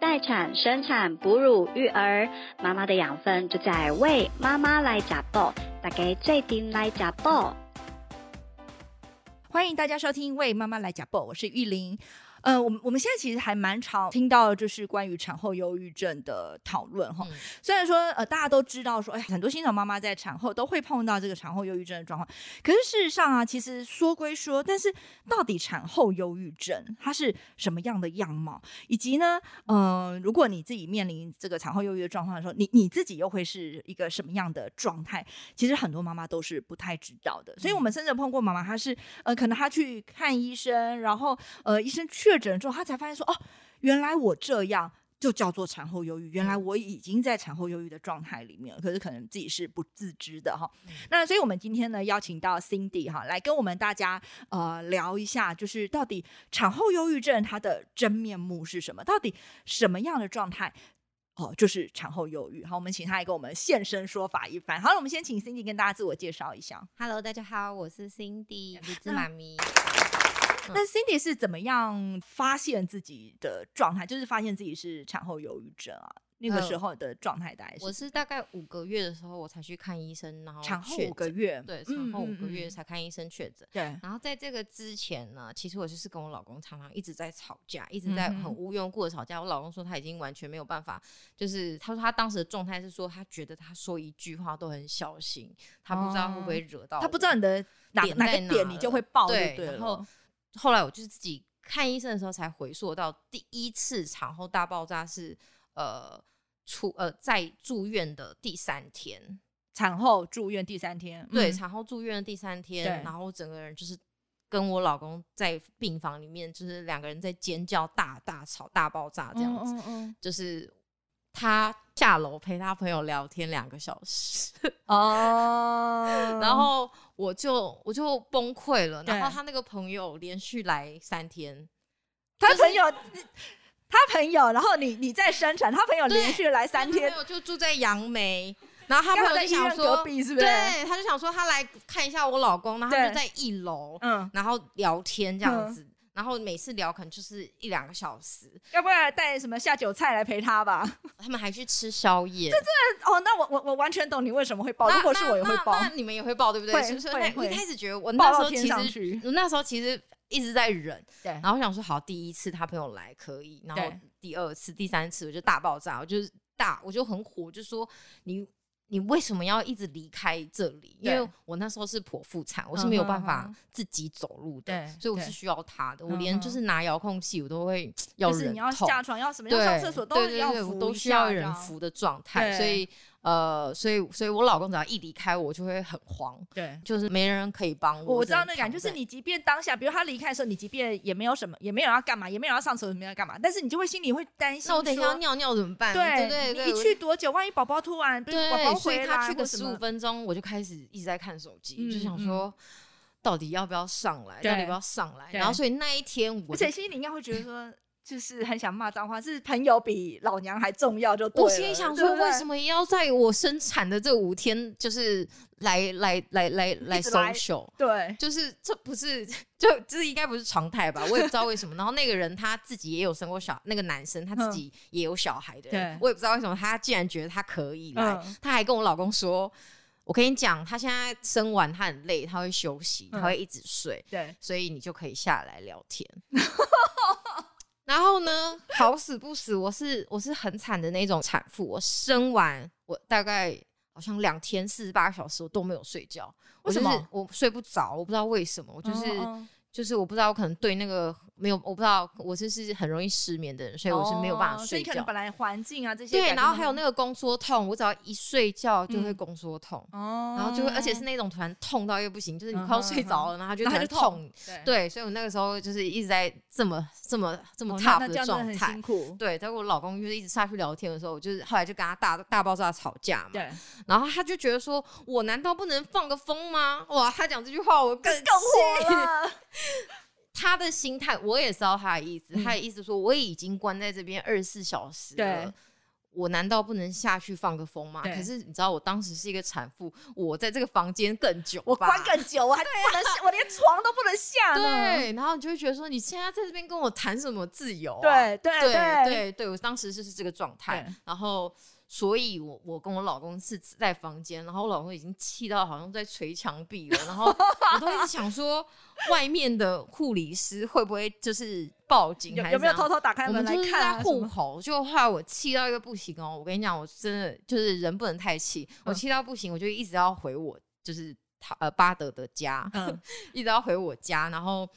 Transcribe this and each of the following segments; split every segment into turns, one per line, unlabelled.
待产、生产、哺乳、育儿，妈妈的养分就在为妈妈来加爆，大家最顶来加爆。
欢迎大家收听《为妈妈来讲报》，我是玉玲。呃，我们我们现在其实还蛮常听到就是关于产后忧郁症的讨论哈。
嗯
虽然说呃大家都知道说，哎，很多新手妈妈在产后都会碰到这个产后忧郁症的状况，可是事实上啊，其实说归说，但是到底产后忧郁症它是什么样的样貌，以及呢，呃，如果你自己面临这个产后忧郁的状况的时候，你你自己又会是一个什么样的状态？其实很多妈妈都是不太知道的，所以我们甚至有碰过妈妈，她是呃，可能她去看医生，然后呃，医生确诊之后，她才发现说，哦，原来我这样。就叫做产后忧郁，原来我已经在产后忧郁的状态里面了，可是可能自己是不自知的哈。那所以我们今天呢，邀请到 Cindy 哈，来跟我们大家呃聊一下，就是到底产后忧郁症它的真面目是什么？到底什么样的状态？哦，就是产后忧郁。好，我们请她来跟我们现身说法一番。好了，我们先请 Cindy 跟大家自我介绍一下。
Hello，大家好，我是 Cindy 李子
那
妈咪。嗯
那 Cindy 是怎么样发现自己的状态？就是发现自己是产后忧郁症啊？那个
嗯
时候的状态大概是
呃我是大概五个月的时候我才去看医生，然后
产后
确
五个
诊，
月，
对，
嗯
产后五个
嗯
月
嗯
才看医生确诊。
对，
然后在这个之前呢，其实我就是跟我老公常常一直在吵架，一直在
嗯
很
哼
无缘无故的吵架。我老公说他已经完全没有办法，就是他说他当时的状态是说，他觉得他说一句话都很小心，他不知道会不会惹到、
哦他不知道你。的哪
点
哪
在
个
哪
点你就
了
会爆，
对
对
然
了
后后来我就是自己看医生的时候才回溯到第一次产后大爆炸是呃出呃在住院的第三天，
产后住院第三天，
对，
嗯
产后住院的第三
对
天，然后整个人就是跟我老公在病房里面，就是两个人在尖叫、大大吵、大爆炸这样子，
嗯嗯
就是他下楼陪他朋友聊天两个小时，
嗯哦
然后我就我就崩溃了，
对
然后他那个朋友连续来三天。
他朋友，他朋友，然后你你在生产，他朋友
对
连续来三天
他，朋友就住在杨梅，然后他
刚好
朋友
在
就
医院
想
隔
说，
壁，是不是？
对，他就想说他来看一下我老公，然后他
对
就在一楼，
嗯，
然后聊天这样
嗯
子，然后每次聊可能就是一两个小时，
要不然带什么下酒菜来陪他吧？
他们还去吃宵夜。
哦，那我我我完全懂你为什么会爆，
那
哦如果是我也会爆
那，那那你们也会爆对不对
会？
是不是？
会
那我
会
一开始觉得我那
爆
时
到
候
天
其
上
实
去。
我那时候其实一直在忍，
对
然后我想说好，第一次他朋友来可以，然后
对
第二次、第三次我就大爆炸，我就是大，我就很火，我就说你你为什么要一直离开这里？因
对
为我那时候是剖腹产，我是没有办
嗯哼
法
嗯
自己走路
对
的，所以我
对
是需要他的，
嗯
我连就是拿遥控器我都会要
就是
忍
你要
痛。
下床，要什么，要
对，
上厕所都
对对
要
对
扶
都
一
需
下
要
这
人
样
扶的状态，
对
所以呃，所以所以我老公只要一离开我，就会很慌，
对，
就是没人可以帮我。
我知道
只
那
能
感觉，
躺
就是
在
你即便当下，比如他离开的时候，你即便也没有什么，也没有要干嘛，也没有要上厕所，也没有要干嘛，但是你就会心里会担心说。
那我等一下要尿尿怎么办？
对
对对，
你
我
一去多久？万一宝宝突然不是宝宝
对，所
回
以
来
他去
或
个
什
十
么
五分钟，我就开始一直在看手机，
嗯
就想说。到底要不要上来？
对
到底要不要上来？
对
然后，所以那一天我
而
就
且心里应该会觉得说，就是很想骂脏话，是朋友比老娘还重要就对
我心里想说，为什
么
么要在我生产的这五天，就是来来来来来
一直来
social？
对？
就是这不是就这应该不是常态吧？我也不知道为什么。然后那个人他自己也有生过小，那个男生他自己也有小孩的人，
嗯对
我也不知道为什么他竟然觉得他可以来，
嗯
他还跟我老公说：“我跟你讲，他现在生完他很累，他会休息，
嗯
他会一直睡，
对
所以你就可以下来聊 天。”然后呢，好死不死，我是我是很惨的那种产妇，我生完我大概。好像两天四十八小时我都没有睡觉，我
为什
就是
么
我睡不着，我不知道为什么，我就是、
嗯嗯
就是我不知道，我可能对那个没有，我不知道，我就是很容易失眠的人，所以我是没有办法
哦所以
睡
可
觉。
能本来环境啊这些改
对，
变
然后
都
还有那个宫缩痛，我只要一睡觉就会
嗯
宫缩痛，
哦，
然后就会，而且是那种突然痛到又不行，就是你
嗯
快要
哼
睡着了，然后它就
然后
突
它
然
就痛
痛。
对哦
对，所以我那个时候就是一直在这么这么这么
哦那
tough
那这
的
样真的
状
很
态
辛。苦，
对，但我老公就是一直下去聊天的时候，我就是后来就跟他大大爆炸吵架嘛。
对，
然后他就觉得说，我难道不能放个风吗？哇，他讲这句话 我更
更火了，
他的心态我也知道他的意思，
嗯
他的意思说我也已经关在这边二十四小时了
对，
我难道不能下去放个风吗？
对
可是你知道，我当时是一个产妇，我在这个房间更久吧，啊
我关更久，我还不能下，我连床都不能下呢。
对，然后你就会觉得说，你现在在这边跟我谈什么自由、啊？
对对
对对对，我当时就是这个状态
对。
然后，所以我我跟我老公是在房间，然后我老公已经气到好像在捶墙壁了。 然后我都一直想说，外面的护理师会不会就是报警
有
还是
有没有
怎样
偷偷打开
我
门
们
来
就是
看啊
在
什
互
么？
吼，就后来我气到一个不行哦！我跟你讲，我真的就是人不能太气，我
嗯
气到不行，我就一直要回我就是他呃巴德的 家，
嗯
一直要回我家，然后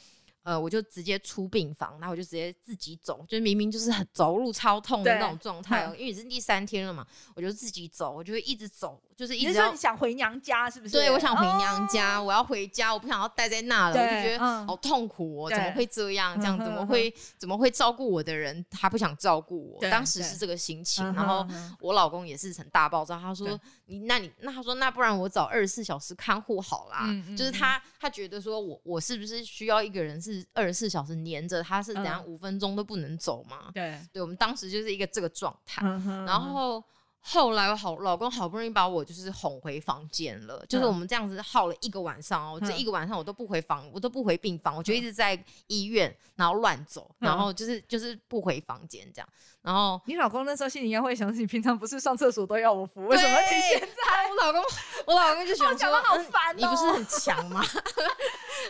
呃我就直接出病房，然后我就直接自己走，就明明就是很走路超痛的
对嗯
那种状态哦，因为已经是第三天了嘛，我就自己走，我就会一直走，就是一
你是
直
说
要
你。想回娘家是不是？
对，我想回
哦
娘家，我要回家，我不想要待在那了，我就
对
觉得
嗯
好痛苦哦，怎么
对
会这样？
嗯
这样
哼
怎么
嗯哼
会怎么会照顾我的人他不想照顾我？
对
当时
对
是这个心情，
嗯哼
然后
嗯哼
我老公也是很大爆炸，他说
对
你那你那他说那不然我找二十四小时看护好啦，
嗯嗯
就是他他觉得说我我是不是需要一个人是二十四小时黏着他是怎样
嗯
五分钟都不能走吗？
对，
对，我们当时就是一个这个状态，
嗯哼
然后后来我好老公好不容易把我就是哄回房间了，就
嗯
是我们这样子耗了一个晚上哦，这
嗯
一个晚上我都不回房，我都不回病房，我就一直在医院，然后乱走，然
嗯
后就是就是不回房间这样，然后。
你老公那时候心里应该会想起，平常不是上厕所都要我扶，为
对
什么你现在？
他我老公，我老公就想
讲
说
得好
嗯
烦
你不是
哦
很强 吗？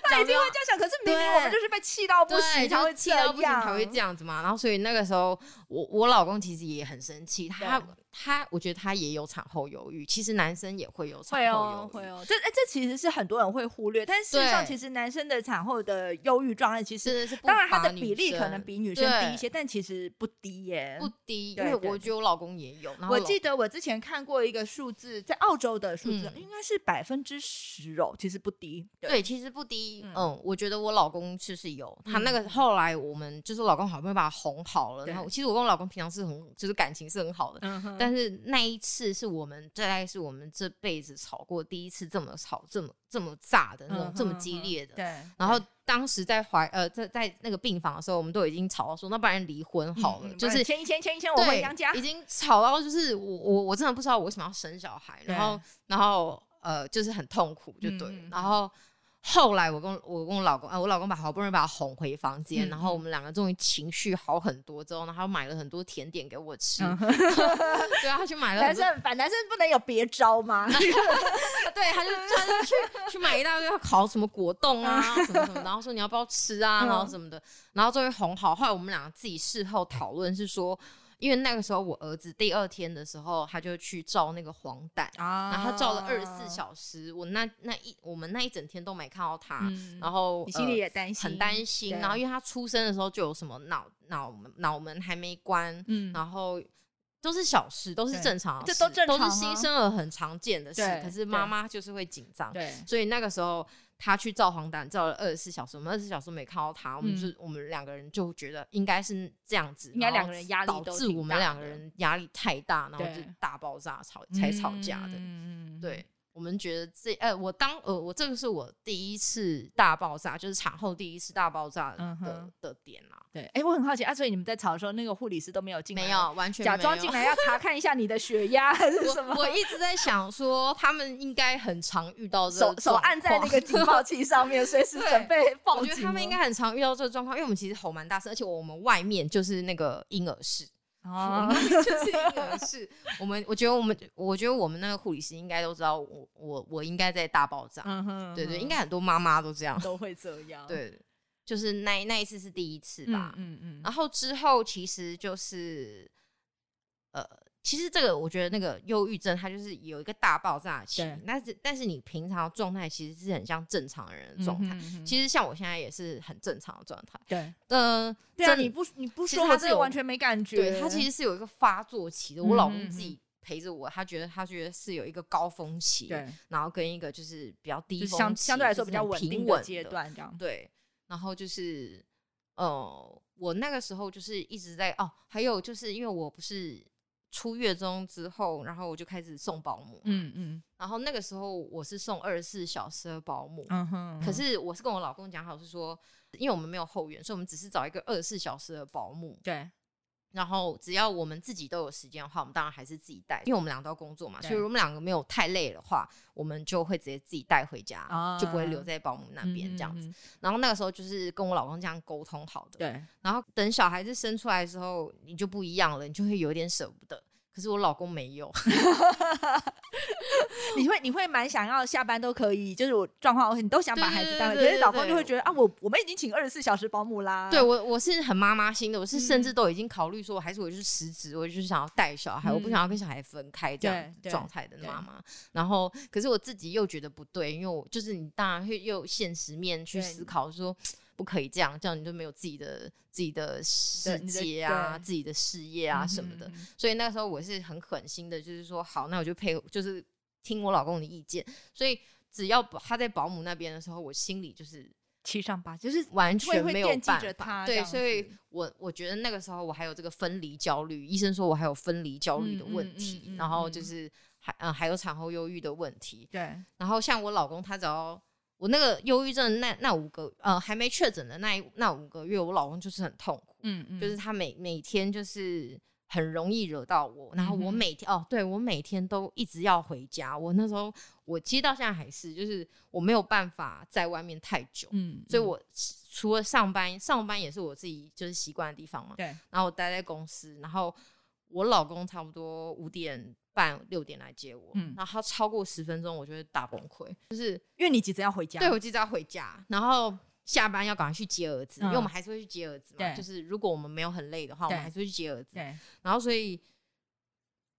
他一定
讲
会
说
这样想，可是明明我们
对
就是被气到不
对，
行，
就
才
是
会
气到不行
样
才会这。样子嘛。然后所以那个时候，我我老公其实也很生气，他
对
他我觉得他也有产后忧郁，其实男生也会有产
会哦
后，忧
会
郁，
哦，这哎这其实是很多人会忽略，但事实上，
对
其实男生的产后的忧郁状态，其
真
实
的是不
当然它
乏
的
女
比例可
生
能比女生
对
低一些，但其实不低耶
不。低，因
对
为
对
我觉得我老公也有。然后
我
老
记得我之前看过一个数字，在澳洲的数字
嗯
应该是百分之十哦，其实不低。
对，其实不低。
嗯
嗯我觉得我老公就是有他
嗯
那个后来我们就是我老公好不容易把他哄好了，
对
然后其实我跟我老公平常是很就是感情是很好的，
嗯哼，
但是那一次是我们大概是我们这辈子吵过第一次这么吵这么这么炸的那种、这么激烈的。
嗯对，
然后当时在怀呃在在那个病房的时候，我们都已经吵到说那不然离婚好了，
嗯
就是
签一签签一签，我
对，
回娘家
已。经吵到就是我我我真的不知道我为什么要生小孩，
对
然后然后呃就是很痛苦就对了，
嗯嗯嗯
然后后来我跟我跟我老公啊，我老公把好不容易把他哄回房间，
嗯
然后我们两个终于情绪好很多之后，然后他买了很多甜点给我吃，
嗯
对啊，他去买了
男
很多
生，很烦，男生不能有别招吗？
对，他就
嗯
他就去去买一大堆烤什么果冻啊什么什么，然后说你要不要吃啊，
嗯
然后什么的，然后终于哄好。后来我们两个自己事后讨论是说，因为那个时候我儿子第二天的时候，他就去照那个黄疸，
啊
然后他照了二十四小时，我那那一我们那一整天都没看到他，
嗯
然后
你心里
呃
也担心，
很担心，
对
然后因为他出生的时候就有什么脑脑门脑门还没关，
嗯
然后都是小事，都是
对
正常的
这
事，
都正
都
常
是新
啊
生儿很常见的事
对。
可是
对
妈妈就是会紧张，
对
所以那个时候他去照黄疸，照了二十四小时，我们二十四小时没看到他，我们就、我们两个人就觉得应该是这样子，
嗯应该
然后
两个人压力
导
都
致
挺
我们
大
两个
的
人压力太大，然后就
对
大爆炸吵才吵架的。
嗯，
对，我们觉得这呃，我当呃，我这个是我第一次大爆炸，就是产后第一次大爆炸的、
嗯哼
的点啦、
对。哎，我很好奇啊，所以你们在吵的时候，那个护理师都没有进来，
没，有，完全
假
没
装
有
进。来要查看一下你的血 压还 是什么
我，我一直在想说，他们应该很常遇到这
手手
状
按在那
况
个警报器上面，随时准备报
我
警哦。
觉得他们应该很常遇到这个状况，因为我们其实吼蛮大声，而且我们外面就是那个婴儿室，我
啊
们， 就是婴儿室。我们我觉得我们，我觉得我们那个护理师应该都知道我，我我应该在大爆炸。
嗯哼
对对，应该很多妈妈都这样。
都会这样。
嗯对，就是那那一次是第一次
嗯，
吧。啊
嗯嗯嗯，
然后之后其实就是，呃，其实这个我觉得那个忧郁症它就是有一个大爆炸期
对，
但是但是你平常的状态其实是很像正常人的状态。
嗯哼
其实像我现在也是很正常的状态，
对
嗯、呃，
对啊，
真
你不你不
其实
说，
他
我
是
真的
有
完全没感觉。
对他其实是有一个发作期的。我老
嗯嗯
公
嗯
自己陪着我，他觉得他觉得是有一个高峰期，
对，
然后跟一个就是比较低
就
峰
是
期，
相相对来说
就是
比较
很
稳
平
定
稳
的阶
的
段，这样。
对，然后就是呃，我那个时候就是一直在哦，还有就是因为我不是出月中之后，然后我就开始送保姆，
嗯嗯
然后那个时候我是送二十四小时的保姆。
嗯哼
可是我是跟我老公讲好，是说，因为我们没有后援，所以我们只是找一个二十四小时的保姆。
对
然后只要我们自己都有时间的话，我们当然还是自己带，因为我们两个都要工作嘛，
对
所以我们两个没有太累的话，我们就会直接自己带回家，
啊
就不会留在保姆那边这样子。
嗯，嗯嗯
然后那个时候就是跟我老公这样沟通好的，
对，
然后等小孩子生出来的时候，你就不一样了，你就会有点舍不得。可是我老公没有，
你会你会蛮想要下班都可以，就是我状况 OK，你都想把孩子带回
对
来，
对对
可是老公就会
对
觉得啊，我我们已经请二十四小时保姆啦，
对我我是很妈妈心的，我是甚至
啊嗯
都已经考虑说，我还是我就是辞职，我就是想要带小孩，我不
嗯
想要跟小孩分开这样
对对
状态的
对
妈妈。然后，可是我自己又觉得不对，因为我就是你当然会又现实面去
对
思考说。不可以这样，这样你就没有自己的自己的世
你的
界啊，
对
自己的事业啊什么的。
嗯，嗯嗯
所以那个时候我是很狠心的，就是说好，那我就配，就是听我老公的意见。所以只要保他在保姆那边的时候，我心里就是
七上八就是
完全
会
没有
惦记
办
着
法。
他这
对，
样
所以
子
我我觉得那个时候我还有这个分离焦虑，医生说我还有分离焦虑的
嗯
问
嗯
题，
嗯嗯
然后就
嗯
是还嗯、呃还有产后忧郁的问题。
对
然后像我老公，他只要我那个忧郁症那那五个呃还没确诊的那一那五个月，我老公就是很痛苦。
嗯嗯
就是他每每天就是很容易惹到我，然后
嗯
我
哼
每天、哦，对我每天都一直要回家。我那时候我其实到现在还是，就是我没有办法在外面太久，
嗯，
所以
嗯
我除了上班，上班也是我自己就是习惯的地方嘛。
对
然后我待在公司，然后我老公差不多五点半六点来接我，
嗯
然后他超过十分钟，我就会大崩溃。
因为你急着要回家，
对，我记得要回家，然后下班要赶快去接儿子，因为我
嗯
们还是会去接儿子嘛。
对
就是如果我们没有很累的话，我们
对
还是会去接儿子。
对，
然后所以，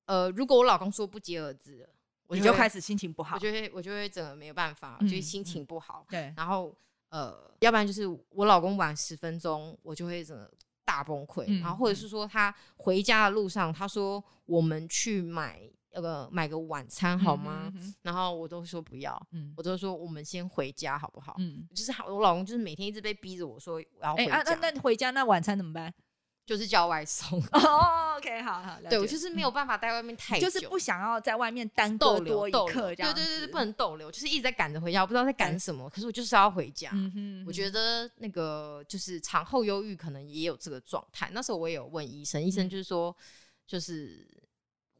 呃，如果我老公说不接儿子了，我
你就
会
开，始心情不好
我，就会我就会整个没有办法，
嗯
就是心情不好。
对，
然后呃，要不然就是我老公晚十分钟，我就会整个大崩溃。
嗯
然后或者是说他回家的路上，他说我们去买那个、买个晚餐好吗？
嗯？
然后我都说不要，
嗯
我都说我们先回家好不好？
嗯，
就是好我老公就是每天一直被逼着我说我要回
哎
家，
啊，那那你回家那晚餐怎么 办？
就是叫 外送。
哦，OK，好好，了
对我
解嗯
就是没有办法待外面太
你
久，
就是不想要在外面耽
逗
搁
留
多一
逗
刻，
留，
这样
对对对对，
子
不，能逗留，就是一直在赶着回家，我不知道在赶什么，可是我就是要回家。
嗯哼，
我觉
得
得那个就是产后忧郁可能也有这个状态。那时候我也有问医生，医生
嗯
就是说，就是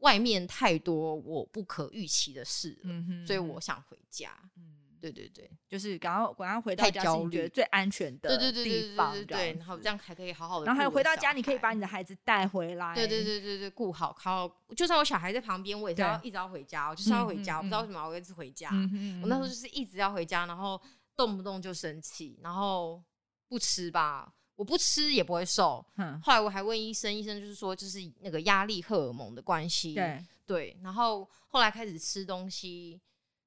外面太多我不可预期的事了，
嗯哼
所以我想回家。
嗯
对对对，
就是赶快赶快回到
太
家
焦
是你觉
虑
得最安全的
对对对对
地
对
方，
对对，然后这
样
样才可以好好
子，
的。
然后还有回到家，你可以把你的孩子带回来，
对对对对对，顾好，好，就算我小孩在旁边，我也是
对
要一直要回家哦，我就是要回
嗯嗯
家，我不知道为什么我一直回家。
嗯哼，
我那时候就是一直要回家，然后动不动就生气，然后不吃吧，我不吃也不会瘦。
嗯哼
后来我还问医生，医生就是说就是那个压力荷尔蒙的关系，
对
对然后后来开始吃东西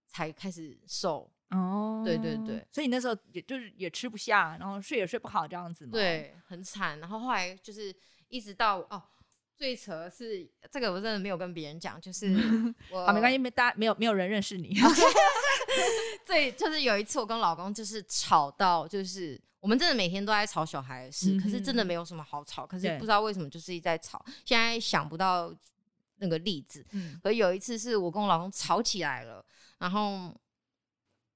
才开始瘦，
哦，
对对对，
所以你那时候也就是也吃不下，然后睡也睡不好这样子嘛，，
对，很惨。然后后来就是一直到哦，最扯的是这个我真的没有跟别人讲，就是 我
好没关系，没大家没有没有人认识 你，
对，就是有一次我跟老公就是吵到，就是我们真的每天都在吵小孩的事，
嗯哼
可是真的没有什么好吵，可是
对
不知道为什么就是一直在吵，现在想不到那个例子。
嗯
可是有一次是我跟我老公吵起来了，然后。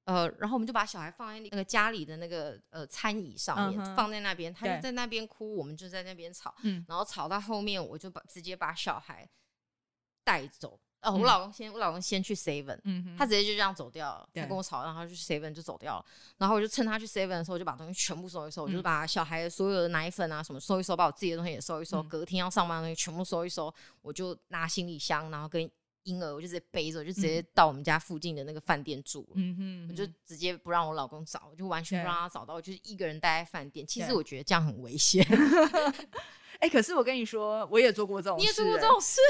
呃，然后我们就把小孩放在那个家里的那个呃餐椅上面
嗯哼
放在那边，他就
对
在那边哭，我们就在那边吵。
嗯
然后吵到后面，我就把直接把小孩带走。哦，我
嗯
老公先，我老公先去 seven，、
嗯哼，
他直接就这样走掉了。他
对
跟我吵，然后他去 seven 就走掉了。然后我就趁他去 seven 的时候，我就把东西全部收一收，我就
嗯
把小孩的所有的奶粉啊什么收一收，把我自己的东西也收一收，
嗯
隔天要上班的东西全部收一收，我就拿行李箱，然后跟婴儿我就直接背着，我就直接到我们家附近的那个饭店住了。
嗯哼，
我就直接不让我老公找，我就完全不
对
让他找到，我就是一个人待在饭店。其实
对
我觉得这样很危险。
哎，可是我跟你说，我也做过这种事，
你也做过
哎
这种事？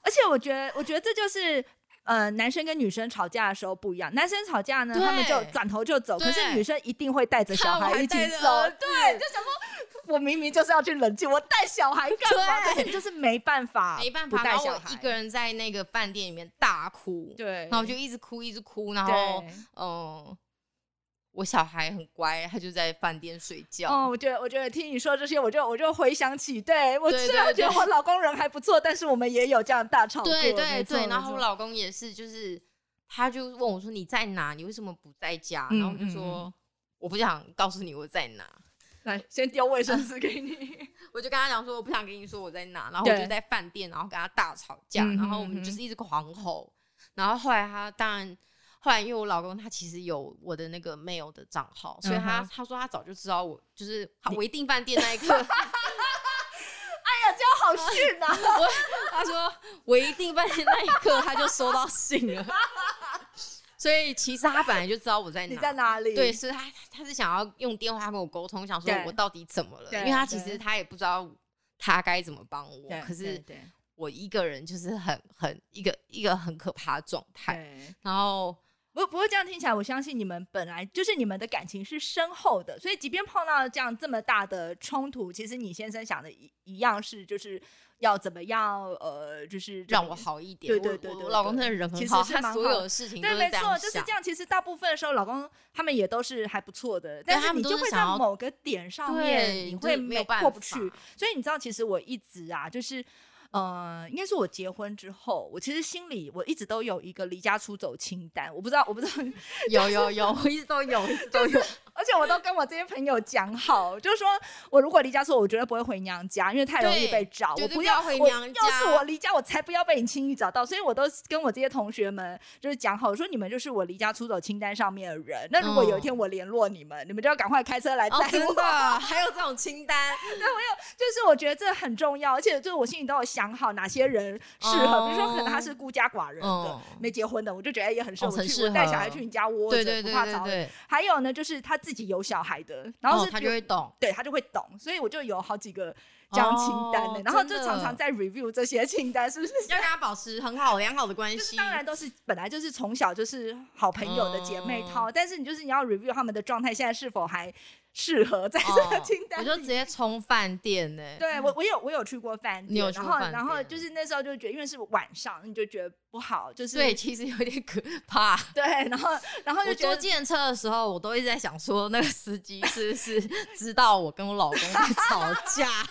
而且我觉得，我觉得这就是。呃，男生跟女生吵架的时候不一样，男生吵架呢，他们就
对
转头就走，可是
对
女生一定会带着小孩一起走。
对，就
我明明就是要去冷静，我带小孩干嘛？
对
可是你就是没办法，
没办
不
法。
带
然后
小
我
孩
一个人在那个饭店里面大哭，，
对，
然后我就哦一直哭，一直哭，然后
对。
嗯，我小孩很乖，他就在饭店睡觉。
哦，我觉得，我觉得听你说这些，我就我就回想起，对我
对
虽然
对
觉得
对
我老公人还不错，但是我们也有这样大吵过。
对对
没错
对，然后我
没错
老公也是，就是他就问我说你在哪？你为什么不在家？然后我就
嗯嗯
说我不想告诉你我在哪。
来先丢卫生纸给你。哦
我就跟他讲说，我不想跟你说我在哪，然后我
对
就在饭店，然后跟他大吵架，
嗯哼
然后我们就是一直狂吼，然后后来他当然。后来，因为我老公他其实有我的那个 mail 的账号，所以他、
嗯哼
他说他早就知道我，就是他我一订饭店那一刻，
这样好逊啊！
我他说我一订饭店那一刻，他就收到信了。 所以其实他本来就知道我在
你
哪，
在哪里？
对，所以他他是想要用电话跟我沟通，想说
对
我到底怎么了，
对
因为他其
对
实他也不知道他该怎么帮
对，
我，可
对
是
对
我一个人就是很很一个一个很可怕的状态，
对，
然后
不不过这样听起来，我相信你们本来就是你们的感情是深厚的，所以即便碰到这样这么大的冲突，其实你先生想的一一样是就是要怎么样呃，就是
让我。好一点。
对
我
对对
我
对
我老
对
公真的人
其
很
实
好，
是
他
蛮
所
好
有的事情都
对，没
这
错，
样
就是
想
这。样。其实大部分的时候，老公他们也都是还不错的，但
他
是
们
你
都
就是会在
想要
某个点上面，
对，
你
就
会
是没有办
过不去
法。
所以你知道，其实我一直啊，就是呃，应该是我结婚之后，我其实心里我一直都有一个离家出走清单。我不知道，我不知道，
有有有，我一直都有，一直都 有。
而且我都跟我这些朋友讲好，就是说我如果离家出走，我绝对不会回娘家，因为太容易
对
被找。
绝
我
对
不
不
要
要回
我
娘
要是
家
我离家，我才不要被你轻易找到。所以我都跟我这些同学们就是讲好，我说你们就是我离家出走清单上面的人。那如果有一
嗯
天我联络你们，你们就要赶快开车来载
哦，
我。
真
啊
的，还有这种清单，
就是我觉得这很重要，而且就是我心里都有想好哪些人适合，比如说可能他是孤家寡人的、
哦
没结婚的，我就觉得哎也很适合
哦
我
很
去，
适
我带小
合
孩去你家窝着，
对对对
不怕
对
吵。
对，
还有呢，就是他自己有小孩的，然
然
后
后
是
他
比
就
如、
会 懂。
对他就会懂，所以我就有好几个这样清单的、
哦
然后
真
就
的
常常在 review 这些清单， 是不是？
要跟他保持很好良好的关
就是
系。
当然都是本来就是从小就是好朋友的姐
哦
妹套，但是你就是你要 review 他们的状态，现在是否还适合在这个
哦
清单
我
里、
就直接冲饭店呢、
对我，我有我有去过饭
你有
店，
去
然
过
后
饭
然后
店
就是那时候就觉得，因为是晚上，你就觉得不好，就是
对，其实有点可怕。
对然后然后就
我
觉
坐
得。
计程车的时候，我都一直在想说，那个司机是不 是知道我跟我老公在吵架？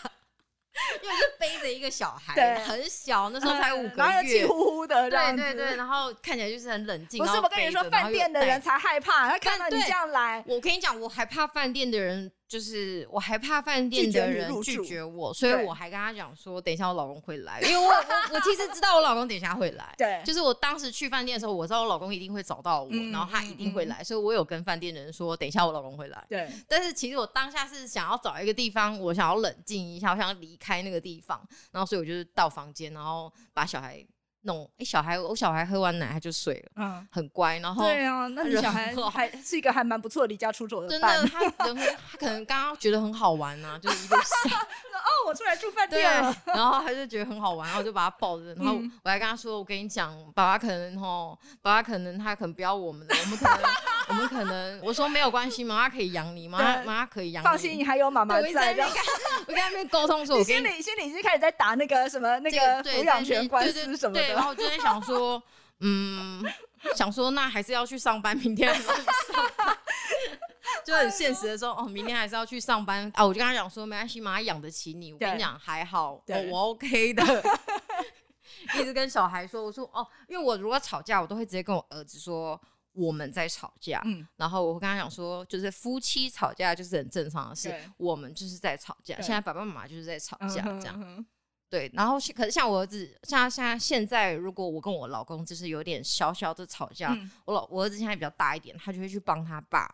因为我就背着一个小孩
对，
很小，那时候才
嗯
五
然后
个
又气
月。
呼呼的这样
对
子，
对对，然后看起来就是很冷静。
不是
然后
我跟你
背
说，
着
饭店的人。
然后又
才
带
害怕，他看到你
对
这样来，
我跟你讲，我还怕饭店的人，就是我还怕饭店的人
拒绝你入
拒
住
绝我，所以
对
我还跟他讲说，等一下我老公会来，因为我我我其实知道我老公等一下会 来，
对，
就是我当时去饭店的时候，我知道我老公一定会找到我，
嗯
然后他一定会来，所以我有跟饭店的人说，等一下我老公会来。
对，
但是其实我当下是想要找一个地方，我想要冷静一下，我想要离开那个地方，然后所以我就是到房间，然后把小孩弄，诶，小孩我小孩喝完奶他就睡了，
嗯，
很乖，然后
对啊，那你
哦人
小孩
很好
还是一个还蛮不错离家出走的
真
伴 哦
的，他人 很他可能刚刚觉得很好玩啊，就是 一路上
哦，我出来住 饭
对，啊
店了，
然后他就觉得很 好玩，然后我就把他抱着，然后
啊嗯
我还跟他说，我跟你讲，爸爸可能吼，爸爸可能他可能不要我们了，我们 可能我们可能，我说没有关系，妈妈可以养你，妈妈
对啊
妈妈可以养你，
放心，还有妈妈
对我一直在
在，
那边
然
跟
后
他，我跟 他们沟通说，
你
我跟
心
你
里心里已经开始在打那个什么那
这个
个
对
抚养
对
权
对
官
对
司什么
对，然
的，
后我就在 想说，嗯，想说那还是要去上班，明天还是要去上班。 就很现实的说，哦，明天还是要去上班啊！我就跟他讲说，没关系，妈养得起你。我跟
对
你讲，还好，我
对
我 OK 的。 一直跟小孩说，我说哦，因为我如果吵架，我都会直接跟我儿子说我们在吵架。
嗯，
然后我会跟他讲说，就是夫妻吵架就是很正常的事
对，
我们就是在吵架。
对
现在爸爸妈妈就是在吵架，
嗯哼
这样。
嗯哼
对，然后是可是像我儿子，像像现在，如果我跟我老公就是有点小小的吵架，
嗯
我老我儿子现在比较大一点，他就会去帮他爸，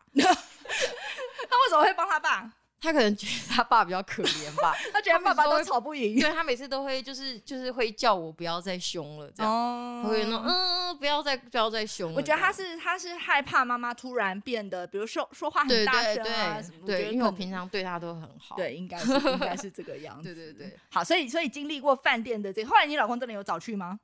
他为什么会帮他爸？
他可能觉得他爸比较可怜吧，
他觉得爸爸都吵不赢
因。为他每次都会就是就是会叫我不要再凶了，这样，
哦
他会那种嗯啊不要再不要再凶了，
我觉得他
这样。
是他是害怕妈妈突然变得，比如说说话很
对
大
对
声啊什
对
么。
对，因为我平
常
常对他都很好。
对应该是应该是这个样子。
对对对，
好，所以所以经历过饭店的这，后来你老公真的有找去吗？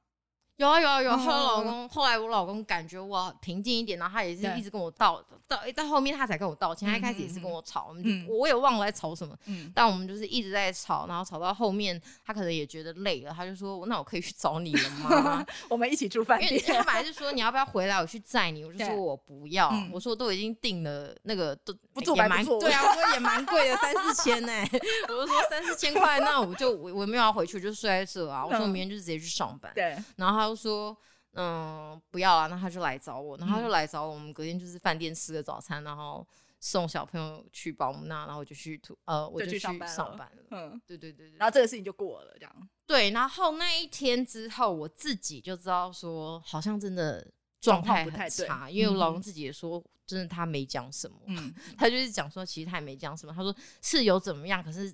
有啊有啊有啊。
嗯
后来老
嗯嗯
公，后来我老公感觉我平静一点，然后他也是
对
一直跟我道道，到后面他才跟我道
嗯
歉。他一开始也
嗯
是
嗯
跟我吵，我们
嗯
就我也忘了在吵什么，
嗯，
但我们就是一直在吵，然后吵到后面，他可能也觉得累了，他就说：“那我可以去找你了 吗
我们一起住？”饭
因为
店。
他本来就说你要不要回来，我去载你。我就
对
说我不要，
嗯
我说都已经订了那个都
不住
也
白不
蛮
住
对啊，我说也蛮贵的，三四千呢、 我就说三四千块，那我就我我没有要回去，我就睡在这啊。我说我
嗯
明天就直接去上班。
对，
然后他就说，
嗯
嗯，不要啊，那他就来找我，然后他就来找我，我们隔天就是饭店吃个早餐，然后送小朋友去保姆那，然后我就去图呃，我
就去
去
上
上
班了
了
嗯，
对对对对，
然后这个事情就过了，这样
对，然后那一天之后，我自己就知道说，好像真的
状
状
况
态
不太
很
对
差，因为我老
嗯
公自己也说，真的他没讲什么，
嗯，
他就是讲说，其实他也没讲什么，他说是有怎么样，可是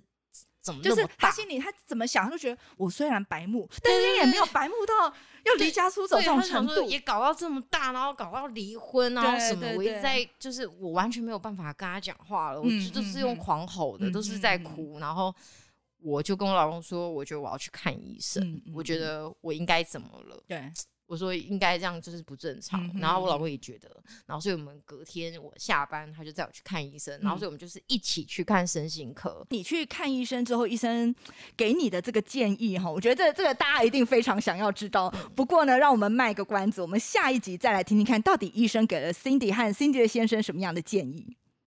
怎么
就
那
是
么
他
大？
心里他怎么想，他就觉得我虽然白目，但是也没有白目到要离家出走
对，
这种
他
程
想说
度。嗯
也搞到这么大，然后搞到离婚，然后
对
什么
对，
我一
对
直在就是我完全没有办法跟他讲话了，我
嗯
就就
嗯嗯
是用狂吼的，
嗯
都是在
嗯嗯
哭，然后我就跟我老公说，我觉得我要去看医生，
嗯嗯
我觉
嗯
得我应该怎么了。
对，
我说应该这样就是不正常
嗯，哼
然后我老公也觉得，然后所以我们隔天我下班，他就带我去看医生，然
嗯
后所以我们就是一起去看身心科。
你去看医生之后，医生给你的这个建议哈，我觉得这这个大家一定非常想要知道。
嗯
不过呢，让我们卖个关子，我们下一集再来听听看到底医生给了 Cindy 和 Cindy 的先生什么样的建议。